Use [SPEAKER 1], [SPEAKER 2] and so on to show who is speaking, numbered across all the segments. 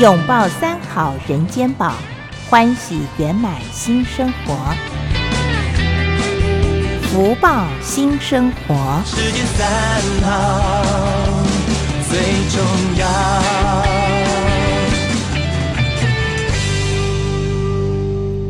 [SPEAKER 1] 拥抱三好人间宝，欢喜圆满新生活。福报新生活，
[SPEAKER 2] 世间三好最重要。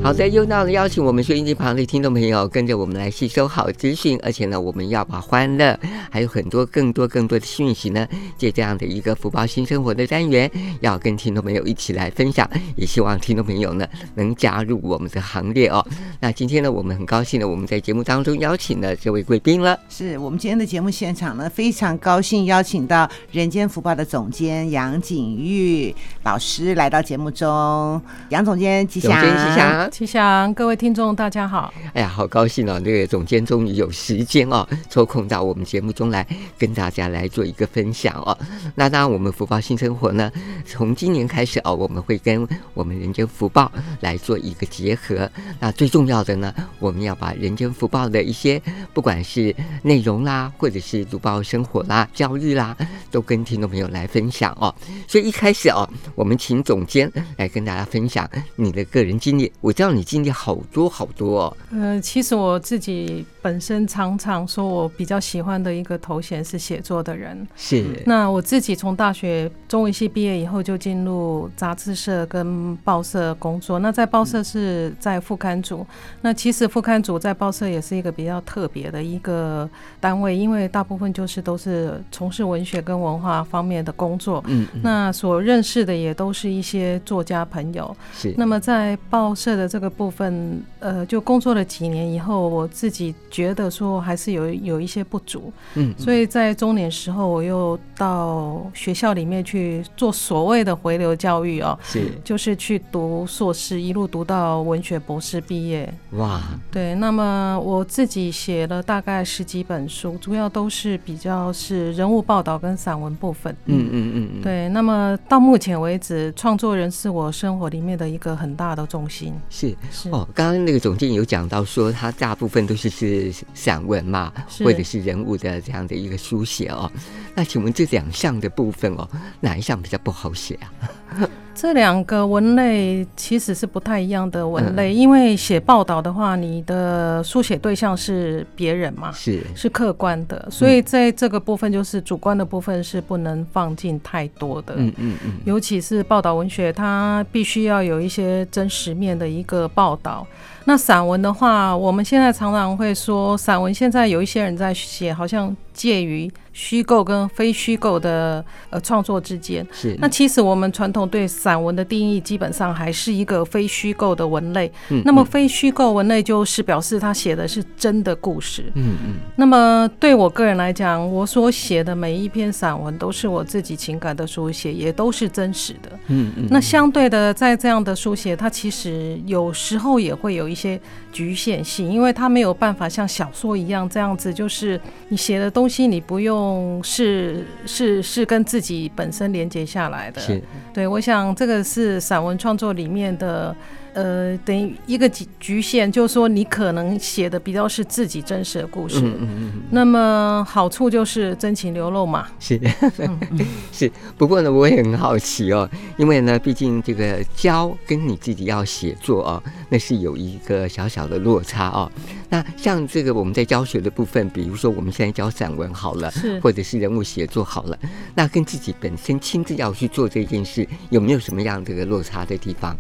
[SPEAKER 3] 好的，又到了邀请我们收音机旁的听众朋友跟着我们来吸收好资讯，而且呢，我们要把欢乐还有很多更多更多的讯息呢，借这样的一个福报新生活的单元，要跟听众朋友一起来分享，也希望听众朋友呢能加入我们的行列哦。那今天呢，我们很高兴呢，我们在节目当中邀请了这位贵宾了。
[SPEAKER 4] 是我们今天的节目现场呢，非常高兴邀请到人间福报的总监杨景玉老师来到节目中。杨总监吉
[SPEAKER 3] 总
[SPEAKER 4] 祥，
[SPEAKER 3] 监吉祥，
[SPEAKER 5] 齐祥，各位听众，大家好。
[SPEAKER 3] 哎呀，好高兴哦！这个总监终于有时间哦，抽空到我们节目中来跟大家来做一个分享哦。那当然，我们福报新生活呢，从今年开始哦，我们会跟我们人间福报来做一个结合。那最重要的呢，我们要把人间福报的一些，不管是内容啦，或者是读报生活啦、教育啦，都跟听众朋友来分享哦。所以一开始哦，我们请总监来跟大家分享你的个人经历。我知道你经历好多好多哦。
[SPEAKER 5] 呃，其实我自己本身常常说我比较喜欢的一个头衔是写作的人。
[SPEAKER 3] 是，
[SPEAKER 5] 那我自己从大学中文系毕业以后，就进入杂志社跟报社工作。那在报社是在副刊组，那其实副刊组在报社也是一个比较特别的一个单位，因为大部分就是都是从事文学跟文化方面的工作。
[SPEAKER 3] 嗯，嗯
[SPEAKER 5] 那所认识的也都是一些作家朋友，
[SPEAKER 3] 是，
[SPEAKER 5] 那么在报社的这个部分，呃，就工作了几年以后，我自己觉得说还是有有一些不足，
[SPEAKER 3] 嗯，
[SPEAKER 5] 所以在中年时候，我又到学校里面去做所谓的回流教育哦，
[SPEAKER 3] 是
[SPEAKER 5] 就是去读硕士，一路读到文学博士毕业。
[SPEAKER 3] 哇，
[SPEAKER 5] 对，那么我自己写了大概十几本书，主要都是比较是人物报道跟散文部分。
[SPEAKER 3] 嗯嗯嗯嗯，，
[SPEAKER 5] 对，那么到目前为止，创作人是我生活里面的一个很大的重心。
[SPEAKER 3] 是
[SPEAKER 5] 是
[SPEAKER 3] 哦。刚刚那个总监有讲到说，他大部分都是是散文嘛，
[SPEAKER 5] 是
[SPEAKER 3] 或者是人物的这样的一个书写哦。那请问这两项的部分哦，哪一项比较不好写啊？
[SPEAKER 5] 这两个文类其实是不太一样的文
[SPEAKER 3] 嗯
[SPEAKER 5] 类，因为写报道的话，你的书写对象是别人嘛，
[SPEAKER 3] 是嗯
[SPEAKER 5] 是客观的，所以在这个部分就是主观的部分是不能放进太多的。
[SPEAKER 3] 嗯嗯嗯，
[SPEAKER 5] 尤其是报道文学，它必须要有一些真实面的一个报道。那散文的话，我们现在常常会说，散文现在有一些人在写，好像介于虚构跟非虚构的呃创作之间。
[SPEAKER 3] 是
[SPEAKER 5] 那其实我们传统对散文的定义，基本上还是一个非虚构的文类。
[SPEAKER 3] 嗯
[SPEAKER 5] 那么非虚构文类就是表示他写的是真的故事。
[SPEAKER 3] 嗯嗯
[SPEAKER 5] 那么对我个人来讲，我所写的每一篇散文都是我自己情感的书写，也都是真实的。
[SPEAKER 3] 嗯嗯，
[SPEAKER 5] 那相对的，在这样的书写，它其实有时候也会有一些局限性，因为它没有办法像小说一样这样子，就是你写的东西，你不用是是是跟自己本身连接下来的。
[SPEAKER 3] 是
[SPEAKER 5] 对，我想这个是散文创作里面的，呃，等于一个局局限，就是说你可能写的比较是自己真实的故事。
[SPEAKER 3] 嗯嗯嗯嗯。
[SPEAKER 5] 那么好处就是真情流露嘛，
[SPEAKER 3] 是
[SPEAKER 5] 嗯
[SPEAKER 3] 是，不过呢，我也很好奇哦，因为呢，毕竟这个教跟你自己要写作哦，那是有一个小小的落差哦。那像这个我们在教学的部分，比如说我们现在教散文好了，
[SPEAKER 5] 是
[SPEAKER 3] 或者是人物写作好了，那跟自己本身亲自要去做这件事，有没有什么样这个落差的地方？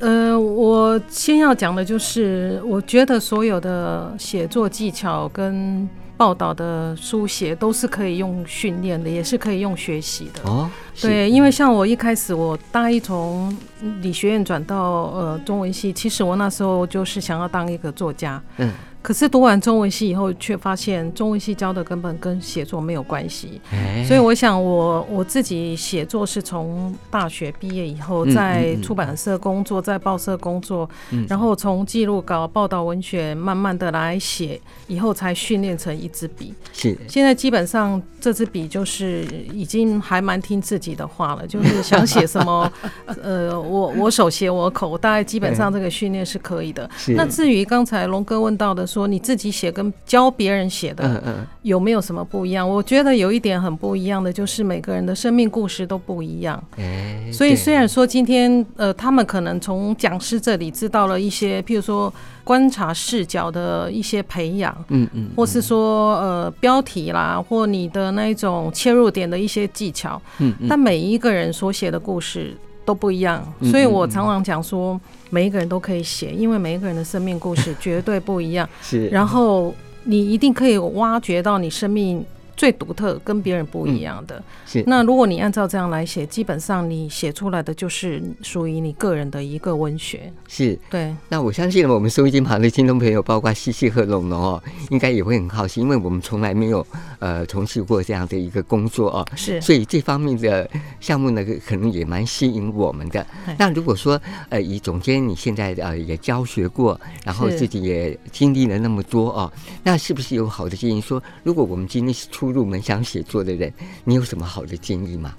[SPEAKER 5] 呃，我先要讲的就是，我觉得所有的写作技巧跟报道的书写都是可以用训练的，也是可以用学习的。
[SPEAKER 3] 哦，是
[SPEAKER 5] 对，，因为像我一开始我大一从理学院转到呃中文系，其实我那时候就是想要当一个作家，
[SPEAKER 3] 嗯，
[SPEAKER 5] 可是读完中文系以后，却发现中文系教的根本跟写作没有关系。
[SPEAKER 3] 哎，
[SPEAKER 5] 所以我想我，我自己写作是从大学毕业以后，
[SPEAKER 3] 嗯
[SPEAKER 5] 在
[SPEAKER 3] 嗯嗯
[SPEAKER 5] 出版社工作，在报社工作，
[SPEAKER 3] 嗯
[SPEAKER 5] 然后从记录稿、报道文学，慢慢的来写，以后才训练成一支笔。
[SPEAKER 3] 是
[SPEAKER 5] 现在基本上这支笔就是已经还蛮听自己的话了，就是想写什 么，呃，我我手写我口，大概基本上这个训练是可以的。
[SPEAKER 3] 是
[SPEAKER 5] 那至于刚才龙哥问到的说你自己写跟教别人写
[SPEAKER 3] 嗯
[SPEAKER 5] 的
[SPEAKER 3] 嗯
[SPEAKER 5] 有没有什么不一样？我觉得有一点很不一样的就是每个人的生命故事都不一样。
[SPEAKER 3] 哎，
[SPEAKER 5] 所以
[SPEAKER 3] 对
[SPEAKER 5] 虽然说今天呃，他们可能从讲师这里知道了一些，譬如说观察视角的一些培养，
[SPEAKER 3] 嗯嗯，
[SPEAKER 5] 或是说呃标题啦，或你的那一种切入点的一些技巧，
[SPEAKER 3] 嗯嗯
[SPEAKER 5] 但每一个人所写的故事都不一样，所以
[SPEAKER 3] 嗯
[SPEAKER 5] 我常常讲说，每一个人都可以写，因为每一个人的生命故 事绝对不一样，
[SPEAKER 3] 是，
[SPEAKER 5] 然后你一定可以挖掘到你生命。最独特跟别人不一样的，
[SPEAKER 3] 嗯是
[SPEAKER 5] 那如果你按照这样来写，基本上你写出来的就是属于你个人的一个文学。
[SPEAKER 3] 是。
[SPEAKER 5] 对，
[SPEAKER 3] 那我相信我们收音机旁的听众朋友，包括西西和龙龙哦，应该也会很好奇，因为我们从来没有呃从事过这样的一个工作哦，
[SPEAKER 5] 是
[SPEAKER 3] 所以这方面的项目呢，可能也蛮吸引我们的
[SPEAKER 5] 哎。
[SPEAKER 3] 那如果说呃，以总监你现在呃也教学过，然后
[SPEAKER 5] 是
[SPEAKER 3] 自己也经历了那么多哦，那是不是有好的建议说？如果我们今天是初入门想写作的人，你有什么好的建议吗？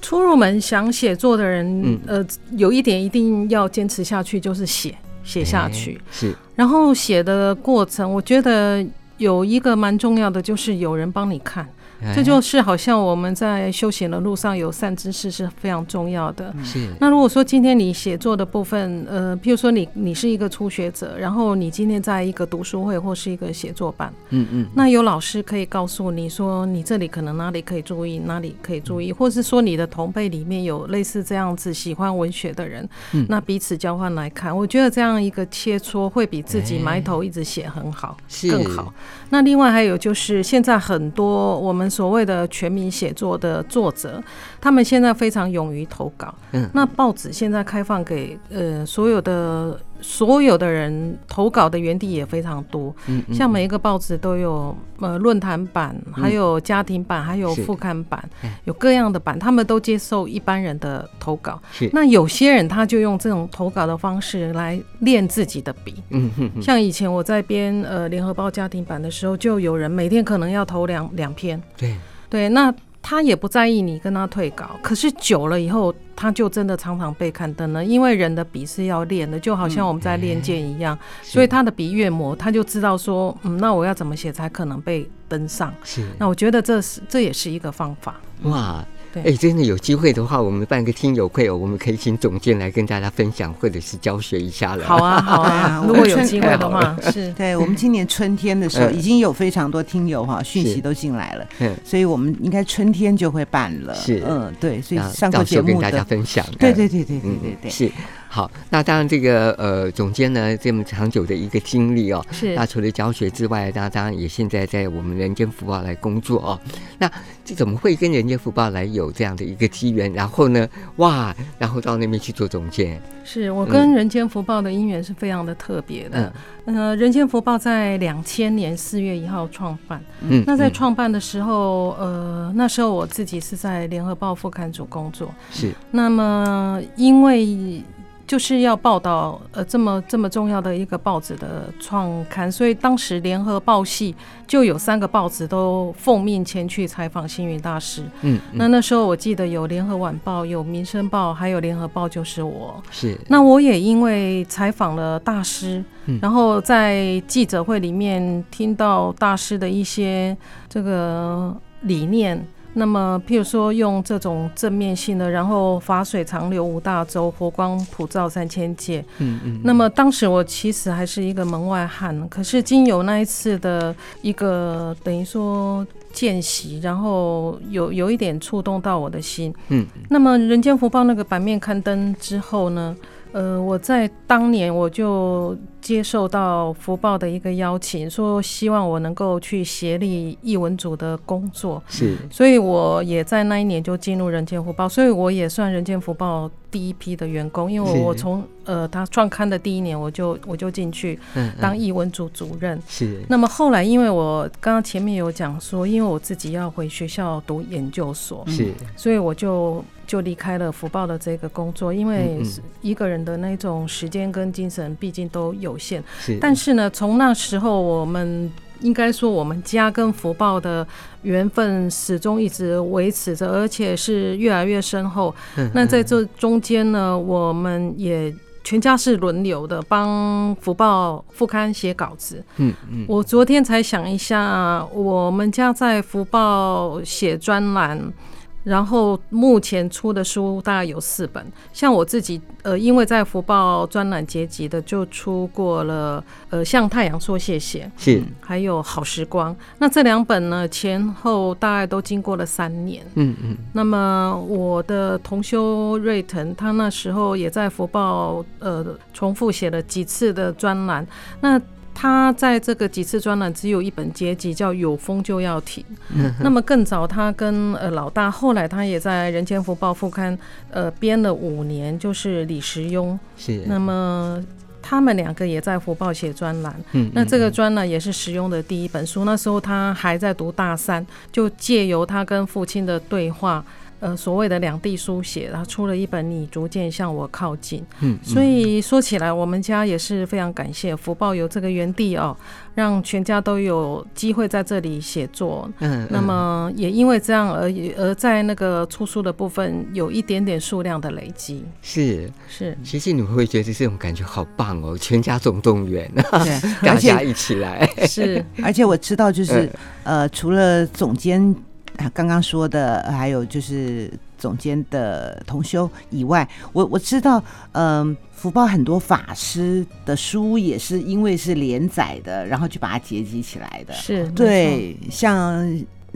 [SPEAKER 5] 初入门想写作的人，
[SPEAKER 3] 嗯
[SPEAKER 5] 呃，有一点一定要坚持下去，就是写写下去。
[SPEAKER 3] 哎是
[SPEAKER 5] 然后写的过程，我觉得有一个蛮重要的，就是有人帮你看。
[SPEAKER 3] 哎
[SPEAKER 5] 这就是好像我们在修行的路上有善知识是非常重要的。
[SPEAKER 3] 哎是
[SPEAKER 5] 那如果说今天你写作的部分，呃，譬如说你你是一个初学者，然后你今天在一个读书会或是一个写作班，
[SPEAKER 3] 嗯嗯
[SPEAKER 5] 那有老师可以告诉你说，你这里可能哪里可以注意，哪里可以注意，
[SPEAKER 3] 嗯
[SPEAKER 5] 或是说你的同辈里面有类似这样子喜欢文学的人，
[SPEAKER 3] 嗯
[SPEAKER 5] 那彼此交换来看，我觉得这样一个切磋会比自己埋头一直写很好，
[SPEAKER 3] 哎是
[SPEAKER 5] 更好。那另外还有就是，现在很多我们所谓的全民写作的作者，他们现在非常勇于投稿。
[SPEAKER 3] 嗯
[SPEAKER 5] 那报纸现在开放给呃所有的所有的人投稿的园地也非常多，
[SPEAKER 3] 嗯嗯
[SPEAKER 5] 像每一个报纸都有呃论坛版，还有家庭版，还有
[SPEAKER 3] 是
[SPEAKER 5] 副刊版
[SPEAKER 3] 嗯，
[SPEAKER 5] 有各样的版，他们都接受一般人的投稿。
[SPEAKER 3] 是
[SPEAKER 5] 那有些人他就用这种投稿的方式来练自己的笔，
[SPEAKER 3] 嗯哼哼
[SPEAKER 5] 像以前我在编呃联合报家庭版的时候，就有人每天可能要投两两篇，
[SPEAKER 3] 对
[SPEAKER 5] 对，那他也不在意你跟他退稿，可是久了以后，他就真的常常被刊登了，因为人的笔是要练的，就好像我们在练剑一样，嗯所以他的笔越磨，他就知道说，嗯，那我要怎么写才可能被登上。
[SPEAKER 3] 是
[SPEAKER 5] 那我觉得这是这也是一个方法。
[SPEAKER 3] 哇。
[SPEAKER 5] 对
[SPEAKER 3] 哎，真的有机会的话，我们办个听友会哦，我们可以请总监来跟大家分享，或者是教学一下了。
[SPEAKER 5] 好，啊，好
[SPEAKER 4] 啊
[SPEAKER 5] 啊，如果有机会的
[SPEAKER 3] 我
[SPEAKER 5] 话，是
[SPEAKER 4] 对我们今年春天的时候，
[SPEAKER 3] 嗯
[SPEAKER 4] 已经有非常多听友哈讯
[SPEAKER 3] 是
[SPEAKER 4] 息都进来了，
[SPEAKER 3] 嗯，
[SPEAKER 4] 所以我们应该春天就会办了。
[SPEAKER 3] 是
[SPEAKER 4] 嗯，对，所
[SPEAKER 3] 那
[SPEAKER 4] 以上过
[SPEAKER 3] 到时
[SPEAKER 4] 节
[SPEAKER 3] 候跟
[SPEAKER 4] 目
[SPEAKER 3] 大家
[SPEAKER 4] 的，
[SPEAKER 3] 分享。
[SPEAKER 4] 对
[SPEAKER 3] 嗯
[SPEAKER 4] 对对对对
[SPEAKER 3] 嗯
[SPEAKER 4] 对对，
[SPEAKER 3] 是好。那当然，这个呃，总监呢这么长久的一个经历哦，
[SPEAKER 5] 是
[SPEAKER 3] 那除了教学之外，那当然也现在在我们人间福报来工作哦。那这怎么会跟人间福报来有这样的一个机缘？然后呢，哇，然后到那边去做总监，
[SPEAKER 5] 是我跟人间福报的姻缘是非常的特别的。
[SPEAKER 3] 嗯
[SPEAKER 5] 呃，人间福报在两千年四月一号创办。
[SPEAKER 3] 嗯，
[SPEAKER 5] 那在
[SPEAKER 3] 嗯
[SPEAKER 5] 创办的时候，呃，那时候我自己是在联合报副刊组工作。
[SPEAKER 3] 是
[SPEAKER 5] 那么，因为就是要报道呃这么这么重要的一个报纸的创刊，所以当时联合报系就有三个报纸都奉命前去采访星云大师。
[SPEAKER 3] 嗯
[SPEAKER 5] 那
[SPEAKER 3] 嗯
[SPEAKER 5] 那时候我记得有联合晚报、有民生报，还有联合报就是我。
[SPEAKER 3] 是
[SPEAKER 5] 那我也因为采访了大师，
[SPEAKER 3] 嗯
[SPEAKER 5] 然后在记者会里面听到大师的一些这个理念。那么，譬如说用这种正面性的，然后法水长流无大洲，佛光普照三千界。
[SPEAKER 3] 嗯嗯
[SPEAKER 5] 那么当时我其实还是一个门外汉，可是经由那一次的一个等于说见习，然后有有一点触动到我的心，
[SPEAKER 3] 嗯，
[SPEAKER 5] 那么《人间福报》那个版面刊登之后呢，呃，我在当年我就接受到福报的一个邀请，说希望我能够去协力译文组的工作，
[SPEAKER 3] 是嗯
[SPEAKER 5] 所以我也在那一年就进入《人间福报》，所以我也算《人间福报》第一批的员工，因为
[SPEAKER 3] 是
[SPEAKER 5] 我从呃他创刊的第一年我就我就进去
[SPEAKER 3] 嗯嗯
[SPEAKER 5] 当译文组主任。
[SPEAKER 3] 是
[SPEAKER 5] 那么后来，因为我刚刚前面有讲说，因为我自己要回学校读研究所，
[SPEAKER 3] 是
[SPEAKER 5] 所以我就就离开了福报的这个工作，因
[SPEAKER 3] 嗯
[SPEAKER 5] 为
[SPEAKER 3] 嗯
[SPEAKER 5] 是一个人的那种时间跟精神毕竟都有限。
[SPEAKER 3] 是，
[SPEAKER 5] 但是呢，从那时候我们。应该说，我们家跟福报的缘分始终一直维持着，而且是越来越深厚。那在这中间呢，我们也全家是轮流的帮福报副刊写稿子。
[SPEAKER 3] 嗯嗯，
[SPEAKER 5] 我昨天才想一下，我们家在福报写专栏，然后目前出的书大概有四本。像我自己，呃，因为在福报专栏结集的，就出过了，呃，向太阳说谢谢，
[SPEAKER 3] 是，
[SPEAKER 5] 还有好时光。那这两本呢，前后大概都经过了三年。
[SPEAKER 3] 嗯嗯
[SPEAKER 5] 那么我的同修瑞腾，他那时候也在福报呃重复写了几次的专栏。那他在这个几次专栏只有一本结集，叫《有风就要停》。那么更早，他跟呃老大，后来他也在《人间福报》副刊呃编了五年，就是李时庸。
[SPEAKER 3] 是。
[SPEAKER 5] 那么他们两个也在福报写专栏。
[SPEAKER 3] 嗯，
[SPEAKER 5] 那这个
[SPEAKER 3] 嗯
[SPEAKER 5] 专栏也是实用的第一本书。那时候他还在读大三，就借由他跟父亲的对话，呃，所谓的两地书写，然后出了一本《你逐渐向我靠近》。
[SPEAKER 3] 嗯，嗯
[SPEAKER 5] 所以说起来，我们家也是非常感谢福报有这个园地哦，让全家都有机会在这里写作。
[SPEAKER 3] 嗯，
[SPEAKER 5] 那
[SPEAKER 3] 嗯
[SPEAKER 5] 么也因为这样而而在那个出书的部分有一点点数量的累积，
[SPEAKER 3] 嗯是，
[SPEAKER 5] 是
[SPEAKER 3] 其实你们会觉得这种感觉好棒哦，全家总动员，啊
[SPEAKER 4] 对，
[SPEAKER 3] 大
[SPEAKER 4] 而
[SPEAKER 3] 家
[SPEAKER 4] 且
[SPEAKER 3] 一起来，
[SPEAKER 5] 是
[SPEAKER 4] 而且我知道，就是呃，除了总监啊刚刚说的，呃还有就是总监的同修以外，我我知道，嗯、福报很多法师的书也是因为是连载的，然后就把它结集起来的。
[SPEAKER 5] 是，没错，
[SPEAKER 4] 对，像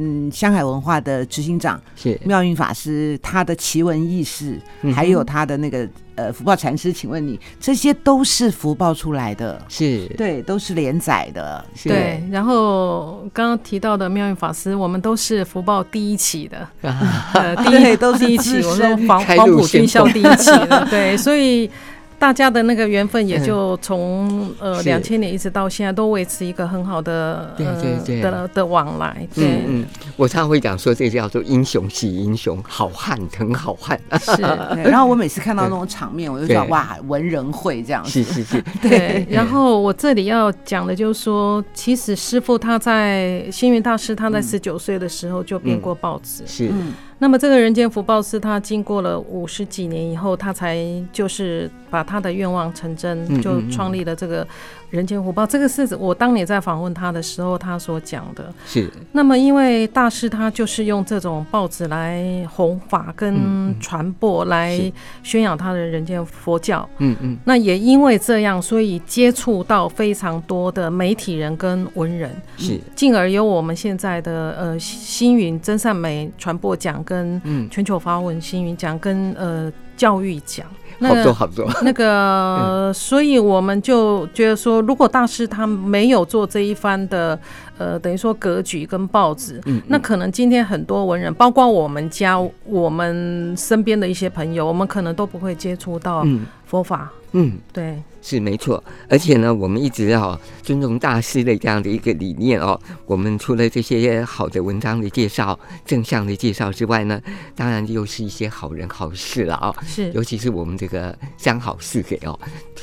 [SPEAKER 4] 嗯，香海文化的执行长
[SPEAKER 3] 是
[SPEAKER 4] 妙运法师，他的奇闻异事，
[SPEAKER 3] 嗯
[SPEAKER 4] 还有他的那个呃福报禅师，请问你，这些都是福报出来的，
[SPEAKER 3] 是，嗯
[SPEAKER 4] 对，都是连载的，
[SPEAKER 3] 是
[SPEAKER 5] 对，然后刚刚提到的妙运法师，我们都是福报第一期的，
[SPEAKER 3] 啊
[SPEAKER 5] 呃，第一
[SPEAKER 4] 对都是
[SPEAKER 5] 第一
[SPEAKER 4] 资
[SPEAKER 5] 期，我说
[SPEAKER 4] 深
[SPEAKER 5] 黄
[SPEAKER 3] 开
[SPEAKER 5] 黄
[SPEAKER 3] 路
[SPEAKER 5] 埔
[SPEAKER 3] 先
[SPEAKER 5] 军校
[SPEAKER 3] 锋
[SPEAKER 5] 第一期的， 对，所以大家的那个缘分也就从
[SPEAKER 3] 嗯
[SPEAKER 5] 呃
[SPEAKER 3] 是
[SPEAKER 5] 两千年一直到现在都维持一个很好的
[SPEAKER 3] 对对
[SPEAKER 5] 呃
[SPEAKER 3] 对
[SPEAKER 5] 的的往来，对，
[SPEAKER 3] 嗯嗯，我常常会讲说，这叫做英雄惜英雄，好汉疼好汉。
[SPEAKER 5] 哦是。
[SPEAKER 4] 对，然后我每次看到那种场面，我就想
[SPEAKER 3] 对
[SPEAKER 4] 哇，文人会这样子，
[SPEAKER 3] 啊是是是，
[SPEAKER 5] 对，然后我这里要讲的就是说，其实师傅他在星云大师他
[SPEAKER 3] 嗯
[SPEAKER 5] 在十九岁的时候就编过报纸，
[SPEAKER 3] 是
[SPEAKER 4] 嗯，
[SPEAKER 5] 那么这个人间福报是他经过了五十几年以后，他才就是把他的愿望成
[SPEAKER 3] 嗯
[SPEAKER 5] 真，就创立了这个人间福报。这个是我当年在访问他的时候他所讲的。
[SPEAKER 3] 是，嗯
[SPEAKER 5] 那么因为大师他就是用这种报纸来弘法跟传播，来
[SPEAKER 3] 是
[SPEAKER 5] 宣扬他的人间佛教。
[SPEAKER 3] 嗯嗯
[SPEAKER 5] 那也因为这样，所以接触到非常多的媒体人跟文人。
[SPEAKER 3] 是，
[SPEAKER 5] 进而有我们现在的呃星云真善美传播奖跟
[SPEAKER 3] 嗯，
[SPEAKER 5] 全球发文星云奖跟呃教育奖。那
[SPEAKER 3] 好多嗯
[SPEAKER 5] 个哦
[SPEAKER 3] 好多，
[SPEAKER 5] 那 个，所以我们就觉得说，如果大师他没有做这一番的，呃，等于说格局跟报纸，
[SPEAKER 3] 嗯，
[SPEAKER 5] 那可能今天很多文人，包括我们家、我们身边的一些朋友，我们可能都不会接触到
[SPEAKER 3] 嗯
[SPEAKER 5] 佛法。
[SPEAKER 3] 嗯。
[SPEAKER 5] 对，
[SPEAKER 3] 是没错，而且呢，我们一直要、尊重大师的这样的一个理念哦。我们除了这些好的文章的介绍、正向的介绍之外呢，当然又是一些好人好事了哦。
[SPEAKER 5] 是
[SPEAKER 3] 尤其是我们这个三好四给哦，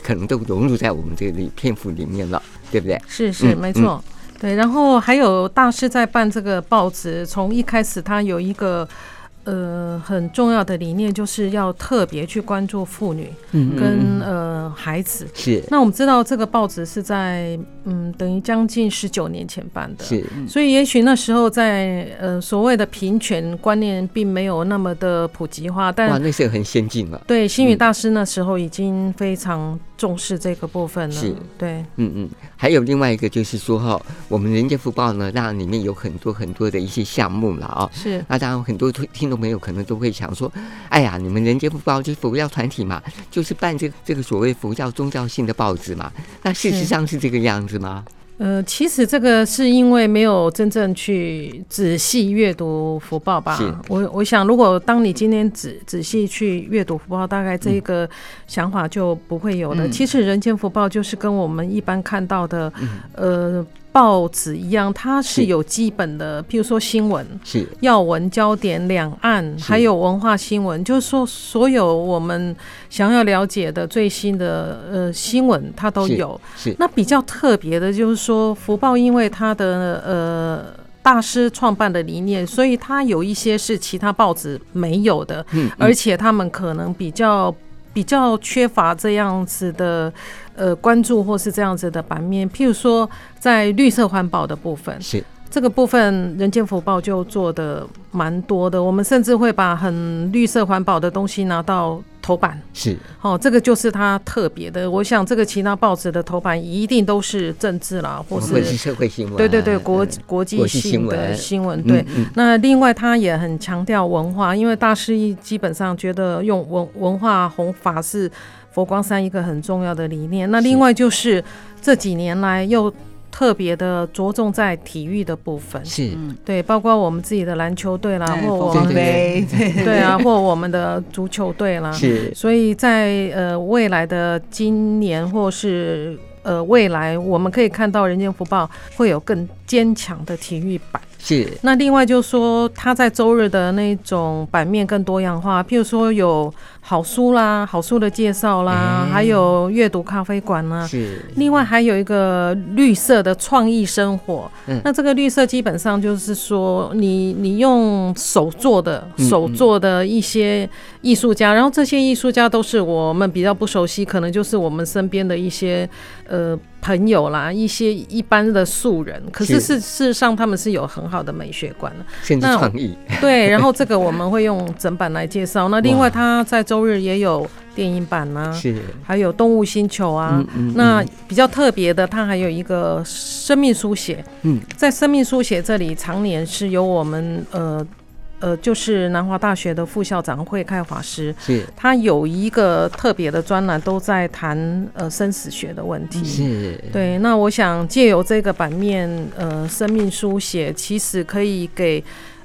[SPEAKER 3] 可能都融入在我们这里篇幅里面了，对不对？
[SPEAKER 5] 是是，
[SPEAKER 3] 嗯
[SPEAKER 5] 没错。对，然后还有大师在办这个报纸，从一开始他有一个呃很重要的理念，就是要特别去关注妇女
[SPEAKER 3] 嗯
[SPEAKER 5] 跟呃孩子。
[SPEAKER 3] 是
[SPEAKER 5] 那我们知道这个报纸是在嗯等于将近十九年前办的，
[SPEAKER 3] 是
[SPEAKER 5] 所以也许那时候在呃所谓的平权观念并没有那么的普及化，
[SPEAKER 3] 哇，
[SPEAKER 5] 但
[SPEAKER 3] 那时候很先进了。
[SPEAKER 5] 对星宇
[SPEAKER 3] 嗯
[SPEAKER 5] 大师那时候已经非常重视这个部分了
[SPEAKER 3] 是。
[SPEAKER 5] 对，
[SPEAKER 3] 嗯嗯，还有另外一个就是说哈、我们人间福报呢，那里面有很多很多的一些项目了哦。
[SPEAKER 5] 是
[SPEAKER 3] 那当然，很多听听众朋友可能都会想说，哎呀，你们人间福报就是佛教团体嘛，就是办这个这个所谓佛教宗教性的报纸嘛。那事实
[SPEAKER 5] 是
[SPEAKER 3] 上是这个样子吗？
[SPEAKER 5] 呃，其实这个是因为没有真正去仔细阅读福报吧
[SPEAKER 3] 是。
[SPEAKER 5] 我我想，如果当你今天仔仔细去阅读福报，大概
[SPEAKER 3] 嗯
[SPEAKER 5] 这个想法就不会有了。
[SPEAKER 4] 嗯
[SPEAKER 5] 其实人间福报就是跟我们一般看到的，呃，报纸一样，它
[SPEAKER 3] 嗯是
[SPEAKER 5] 是有基本的，譬如说新闻。
[SPEAKER 3] 是
[SPEAKER 5] 要闻焦点、两岸，
[SPEAKER 3] 是
[SPEAKER 5] 还有文化新闻，就是说所有我们想要了解的最新的呃新闻，它都
[SPEAKER 3] 是
[SPEAKER 5] 有。
[SPEAKER 3] 是，
[SPEAKER 5] 那比较特别的就是说，福报因为它的呃大师创办的理念，所以它有一些是其他报纸没有的，
[SPEAKER 3] 嗯，嗯
[SPEAKER 5] 而且他们可能比较。呃比较缺乏这样子的呃关注或是这样子的版面，譬如说在绿色环保的部分，
[SPEAKER 3] 是
[SPEAKER 5] 这个部分人间福报就做的蛮多的，我们甚至会把很绿色环保的东西拿到头版。
[SPEAKER 3] 是
[SPEAKER 5] 哦，这个就是它特别的。我想这个其他报纸的头版一定都是政治啦，或
[SPEAKER 3] 或是
[SPEAKER 5] 是
[SPEAKER 3] 社会新闻，
[SPEAKER 5] 对对对国
[SPEAKER 3] 嗯
[SPEAKER 5] 国
[SPEAKER 3] 国
[SPEAKER 5] 际
[SPEAKER 3] 际
[SPEAKER 5] 性
[SPEAKER 3] 新
[SPEAKER 5] 的
[SPEAKER 3] 闻
[SPEAKER 5] 新闻。
[SPEAKER 3] 嗯
[SPEAKER 5] 对，
[SPEAKER 3] 嗯
[SPEAKER 5] 那另外他也很强调文化，因为大师一基本上觉得用文文化弘法是佛光山一个很重要的理念。那
[SPEAKER 3] 是
[SPEAKER 5] 另外就是这几年来又特别的着重在体育的部分，
[SPEAKER 3] 是哎
[SPEAKER 5] 对，包括我们自己的篮球队啦，或我们
[SPEAKER 3] 对
[SPEAKER 4] 嗯对对
[SPEAKER 5] 对啊，或我们的足球队啦，
[SPEAKER 3] 是
[SPEAKER 5] 所以在呃未来的今年或是呃未来，我们可以看到《人间福报》会有更坚强的体育版。
[SPEAKER 3] 是
[SPEAKER 5] 那另外就是说，它在周日的那种版面更多样化，譬如说有好书啦、好书的介绍啦，
[SPEAKER 3] 哎
[SPEAKER 5] 还有阅读咖啡馆啊啦。
[SPEAKER 3] 是
[SPEAKER 5] 另外还有一个绿色的创意生活，
[SPEAKER 3] 嗯
[SPEAKER 5] 那这个绿色基本上就是说你你用手做的
[SPEAKER 3] 嗯
[SPEAKER 5] 手做的一些艺术家，然后这些艺术家都是我们比较不熟悉，可能就是我们身边的一些呃朋友啦，一些一般的素人，可是
[SPEAKER 3] 是
[SPEAKER 5] 事事实上他们是有很好的美学观的，
[SPEAKER 3] 甚至
[SPEAKER 5] 那
[SPEAKER 3] 创意
[SPEAKER 5] 对， 然后这个我们会用整版来介绍。那另
[SPEAKER 3] 哇
[SPEAKER 5] 外他在周日也有电影版呐、
[SPEAKER 3] 是
[SPEAKER 5] 还有动物星球啊，
[SPEAKER 3] 嗯嗯
[SPEAKER 5] 那比较特别的，它还有一个生命书写。
[SPEAKER 3] 嗯，
[SPEAKER 5] 在生命书写这里，常年是由我们呃呃，就是南华大学的副校长惠开法师，
[SPEAKER 3] 是
[SPEAKER 5] 他有一个特别的专栏，都在谈呃生死学的问题。
[SPEAKER 3] 是
[SPEAKER 5] 嗯对，那我想借由这个版面，呃，生命书写，其实可以给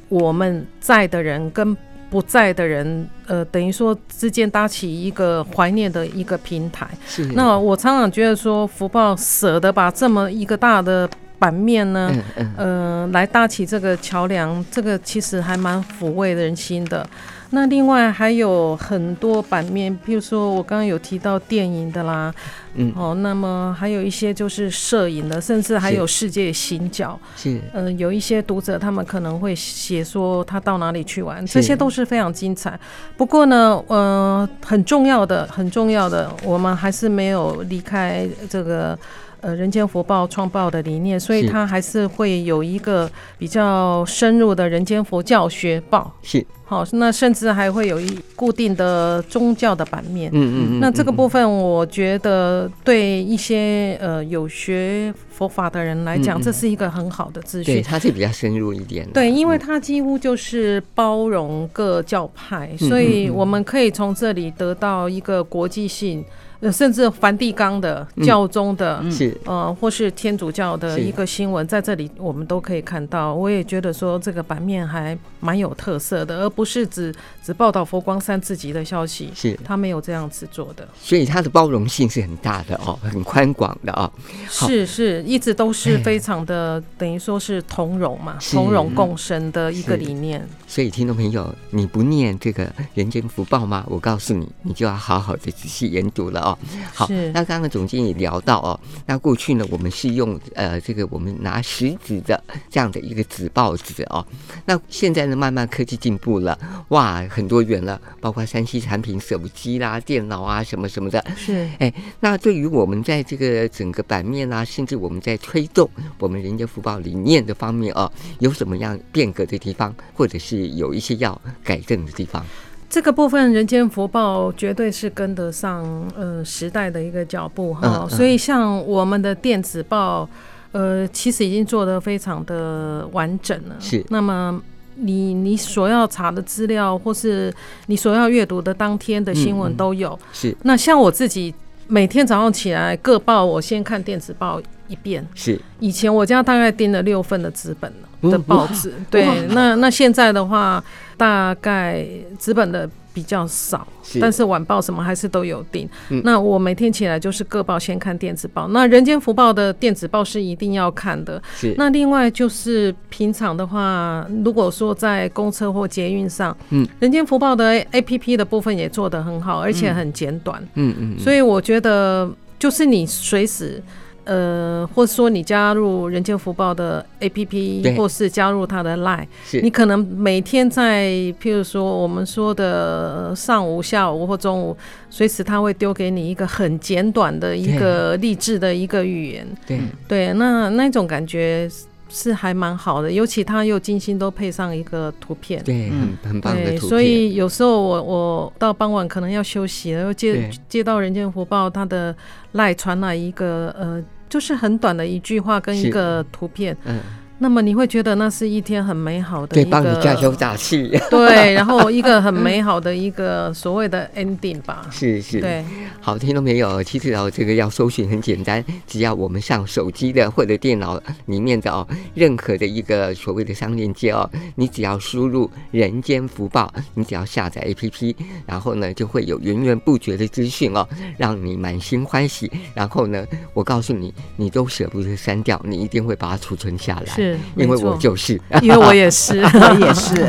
[SPEAKER 5] 我们在的人跟不在的人，呃，等于说之间搭起一个怀念的一个平台。
[SPEAKER 3] 是
[SPEAKER 5] 那我常常觉得说，福报舍得把这么一个大的版面呢，
[SPEAKER 3] 嗯嗯
[SPEAKER 5] 呃，来搭起这个桥梁，这个其实还蛮抚慰人心的。那另外还有很多版面，譬如说我刚刚有提到电影的啦，
[SPEAKER 3] 嗯
[SPEAKER 5] 哦，那么还有一些就是摄影的，甚至还有世界行脚。
[SPEAKER 3] 是
[SPEAKER 5] 呃，有一些读者他们可能会写说他到哪里去玩，
[SPEAKER 3] 是
[SPEAKER 5] 这些都是非常精彩。不过呢，呃，很重要的，很重要的，我们还是没有离开这个呃人间佛报创报的理念，所以
[SPEAKER 3] 是
[SPEAKER 5] 它还是会有一个比较深入的人间佛教学报。
[SPEAKER 3] 是
[SPEAKER 5] 好，那甚至还会有一固定的宗教的版面。
[SPEAKER 3] 嗯嗯嗯
[SPEAKER 5] 那这个部分，我觉得对一些呃有学佛法的人来
[SPEAKER 3] 嗯
[SPEAKER 5] 讲，
[SPEAKER 3] 嗯
[SPEAKER 5] 这是一个很好的资
[SPEAKER 3] 对
[SPEAKER 5] 讯。
[SPEAKER 3] 它是比较深入一点的，
[SPEAKER 5] 对，因为
[SPEAKER 3] 嗯
[SPEAKER 5] 它几乎就是包容各教派，
[SPEAKER 3] 嗯
[SPEAKER 5] 所以我们可以从这里得到一个国际性，呃，甚至梵蒂冈的、教宗的，
[SPEAKER 3] 嗯是
[SPEAKER 5] 呃，或是天主教的
[SPEAKER 3] 是
[SPEAKER 5] 一个新闻，在这里我们都可以看到。我也觉得说这个版面还蛮有特色的，而不是只只报道佛光山自己的消息，
[SPEAKER 3] 是
[SPEAKER 5] 他没有这样子做的。
[SPEAKER 3] 所以它的包容性是很大的哦，很宽广的哦。好
[SPEAKER 5] 是是，一直 都是非常的，等于说是同荣嘛，
[SPEAKER 3] 是嗯
[SPEAKER 5] 同荣共生的一个
[SPEAKER 3] 是
[SPEAKER 5] 理念。
[SPEAKER 3] 所以听众朋友，你不念这个人间福报吗？我告诉你，你就要好好的仔细研读了哦。好，
[SPEAKER 5] 是
[SPEAKER 3] 那刚刚总监也聊到哦，那过去呢，我们是用呃这个我们拿食指的这样的一个纸报纸哦，那现在呢，慢慢科技进步了，哇，很多元了，包括三 C 产品、手机啦、电脑啊什么什么的，
[SPEAKER 5] 是
[SPEAKER 3] 哎，那对于我们在这个整个版面啊，甚至我们在推动我们人间福报理念的方面啊，有什么样变革的地方，或者是有一些要改正的地方？
[SPEAKER 5] 这个部分，人间福报绝对是跟得上呃时代的一个脚步哈、
[SPEAKER 3] 嗯嗯
[SPEAKER 5] 所以像我们的电子报，呃，其实已经做得非常的完整了。
[SPEAKER 3] 是
[SPEAKER 5] 那么你你所要查的资料，或是你所要阅读的当天的新
[SPEAKER 3] 嗯
[SPEAKER 5] 闻
[SPEAKER 3] 嗯
[SPEAKER 5] 都有。
[SPEAKER 3] 是
[SPEAKER 5] 那像我自己每天早上起来各报，我先看电子报一遍。
[SPEAKER 3] 是
[SPEAKER 5] 以前我家大概订了六份的纸本
[SPEAKER 3] 嗯
[SPEAKER 5] 的报纸，对，那那现在的话，大概纸本的比较少，
[SPEAKER 3] 是
[SPEAKER 5] 但是晚报什么还是都有订。
[SPEAKER 3] 嗯
[SPEAKER 5] 那我每天起来就是各报先看电子报，那《人间福报》的电子报是一定要看的。
[SPEAKER 3] 是
[SPEAKER 5] 那另外就是平常的话，如果说在公车或捷运上，
[SPEAKER 3] 嗯，
[SPEAKER 5] 《人间福报》的 A P P 的部分也做
[SPEAKER 3] 嗯
[SPEAKER 5] 得很好，而且很简短。
[SPEAKER 3] 嗯嗯，
[SPEAKER 5] 所以我觉得就是你随时。呃，或说你加入人间福报的
[SPEAKER 3] 对
[SPEAKER 5] APP，或是加入他的 Line，
[SPEAKER 3] 是
[SPEAKER 5] 你可能每天在，譬如说我们说的呃上午、下午或中午，随时他会丢给你一个很简短的一个励志的一个语言。
[SPEAKER 3] 对
[SPEAKER 5] 对，那那种感觉是是还蛮好的，尤其他又精心都配上一个图片。
[SPEAKER 3] 对，很
[SPEAKER 4] 嗯
[SPEAKER 3] 很棒的
[SPEAKER 5] 对，
[SPEAKER 3] 图
[SPEAKER 5] 所
[SPEAKER 3] 片，
[SPEAKER 5] 以有时候我我到傍晚可能要休息了，又接
[SPEAKER 3] 对
[SPEAKER 5] 接到《人间福报》他的赖传来一个呃，就是很短的一句话跟
[SPEAKER 3] 是
[SPEAKER 5] 一个图片，
[SPEAKER 3] 嗯，
[SPEAKER 5] 那么你会觉得那是一天很美好的
[SPEAKER 3] 对，
[SPEAKER 5] 一个，
[SPEAKER 3] 帮你加油打气，
[SPEAKER 5] 对，然后一个很美好的一个所 谓的 ending 吧，
[SPEAKER 3] 是是，
[SPEAKER 5] 对，
[SPEAKER 3] 好，听到没有？其实哦，这个要搜寻很简单，只要我们上手机的或者电脑里面的哦，任何的一个所谓的商链接哦，你只要输入“人间福报”，你只要下载 APP，然后呢就会有源源不绝的资讯哦，让你满心欢喜。然后呢，我告诉你，你都舍不得删掉，你一定会把它储存下来，
[SPEAKER 5] 是
[SPEAKER 3] 因为
[SPEAKER 5] 没错
[SPEAKER 3] 我就是。
[SPEAKER 5] 因为我 也是，
[SPEAKER 4] 我 也是。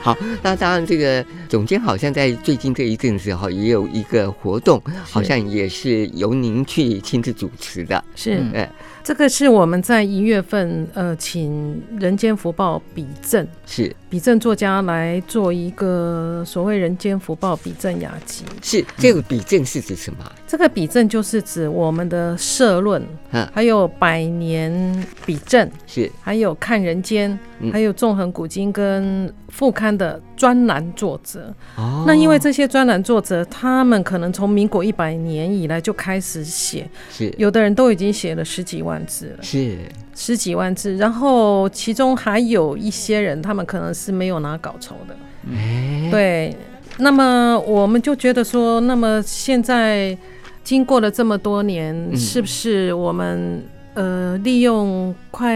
[SPEAKER 3] 好，那当然，这个总监好像在最近这一阵子哈，也有一个活动，好像也是由您去亲自主持的。
[SPEAKER 5] 是
[SPEAKER 4] 嗯
[SPEAKER 3] 哎，
[SPEAKER 5] 这个是我们在一月份呃，请人间福报比正。
[SPEAKER 3] 是
[SPEAKER 5] 比正作家来做一个所谓人间福报比正雅集，
[SPEAKER 3] 是，这个比正是指什么啊？
[SPEAKER 5] 这个比正就是指我们的社论
[SPEAKER 3] 嗯，
[SPEAKER 5] 还有百年比正，
[SPEAKER 3] 是
[SPEAKER 5] 还有看人间
[SPEAKER 3] 嗯，
[SPEAKER 5] 还有纵横古今跟副刊的专栏作者。
[SPEAKER 3] 哦
[SPEAKER 5] 那因为这些专栏作者，他们可能从民国一百年以来就开始写，
[SPEAKER 3] 是
[SPEAKER 5] 有的人都已经写了十几万字了，
[SPEAKER 3] 是
[SPEAKER 5] 十几万字。然后其中还有一些人，他们可能是没有拿稿酬的。
[SPEAKER 3] 哎，
[SPEAKER 5] 嗯对，那么我们就觉得说，那么现在经过了这么多年，
[SPEAKER 3] 嗯
[SPEAKER 5] 是不是我们呃利用快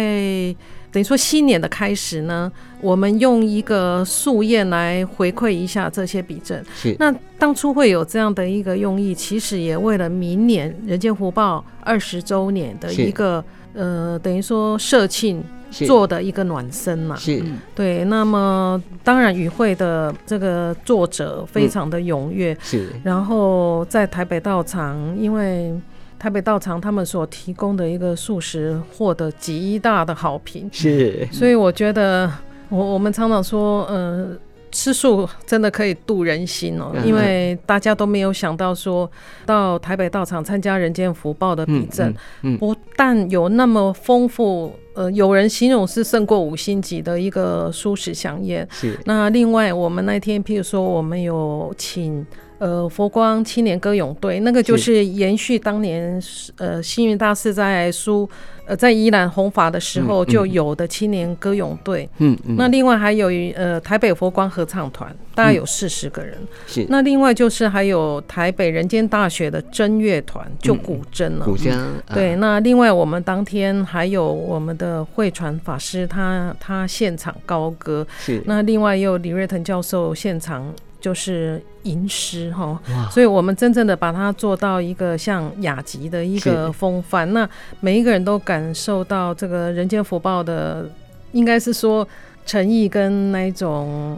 [SPEAKER 5] 等于说新年的开始呢，我们用一个素宴来回馈一下这些笔正？
[SPEAKER 3] 是
[SPEAKER 5] 那当初会有这样的一个用意，其实也为了明年《人间福报》二十周年的
[SPEAKER 3] 是
[SPEAKER 5] 一个呃等于说社庆
[SPEAKER 3] 是
[SPEAKER 5] 做的一个暖身嘛。嗯
[SPEAKER 3] 是
[SPEAKER 5] 对，那么当然，与会的这个作者
[SPEAKER 3] 嗯
[SPEAKER 5] 非常的踊跃，
[SPEAKER 3] 是
[SPEAKER 5] 然后在台北道场，因为台北道场他们所提供的一个素食获得极大的好
[SPEAKER 3] 嗯
[SPEAKER 5] 评，
[SPEAKER 3] 是
[SPEAKER 5] 所以我觉得我我们常常说，呃，吃素真的可以度人心哦，
[SPEAKER 3] 嗯
[SPEAKER 5] 因为大家都没有想到说到台北道场参加人间福报的比证，
[SPEAKER 3] 嗯嗯嗯
[SPEAKER 5] 不但有那么丰富，呃，有人形容是胜过五星级的一个素食飨宴。
[SPEAKER 3] 是
[SPEAKER 5] 那另外，我们那天譬如说，我们有请呃佛光青年歌咏队，那个就是是延续当年呃星云大师在苏呃在宜兰弘法的时候
[SPEAKER 3] 嗯嗯
[SPEAKER 5] 就有的青年歌咏队。
[SPEAKER 3] 嗯嗯，
[SPEAKER 5] 那另外还有一呃台北佛光合唱团，
[SPEAKER 3] 嗯
[SPEAKER 5] 大概有四十个人。
[SPEAKER 3] 是
[SPEAKER 5] 那另外就是还有台北人间大学的真乐团，就古筝了。
[SPEAKER 3] 嗯古筝
[SPEAKER 5] 嗯对，
[SPEAKER 3] 啊
[SPEAKER 5] 那另外我们当天还有我们的慧传法师他他现场高歌，
[SPEAKER 3] 是
[SPEAKER 5] 那另外也有李瑞腾教授现场就是吟诗哈，
[SPEAKER 3] 哇
[SPEAKER 5] 所以我们真正的把它做到一个像雅集的一个风范。那每一个人都感受到这个人间福报的，应该是说诚意跟那一种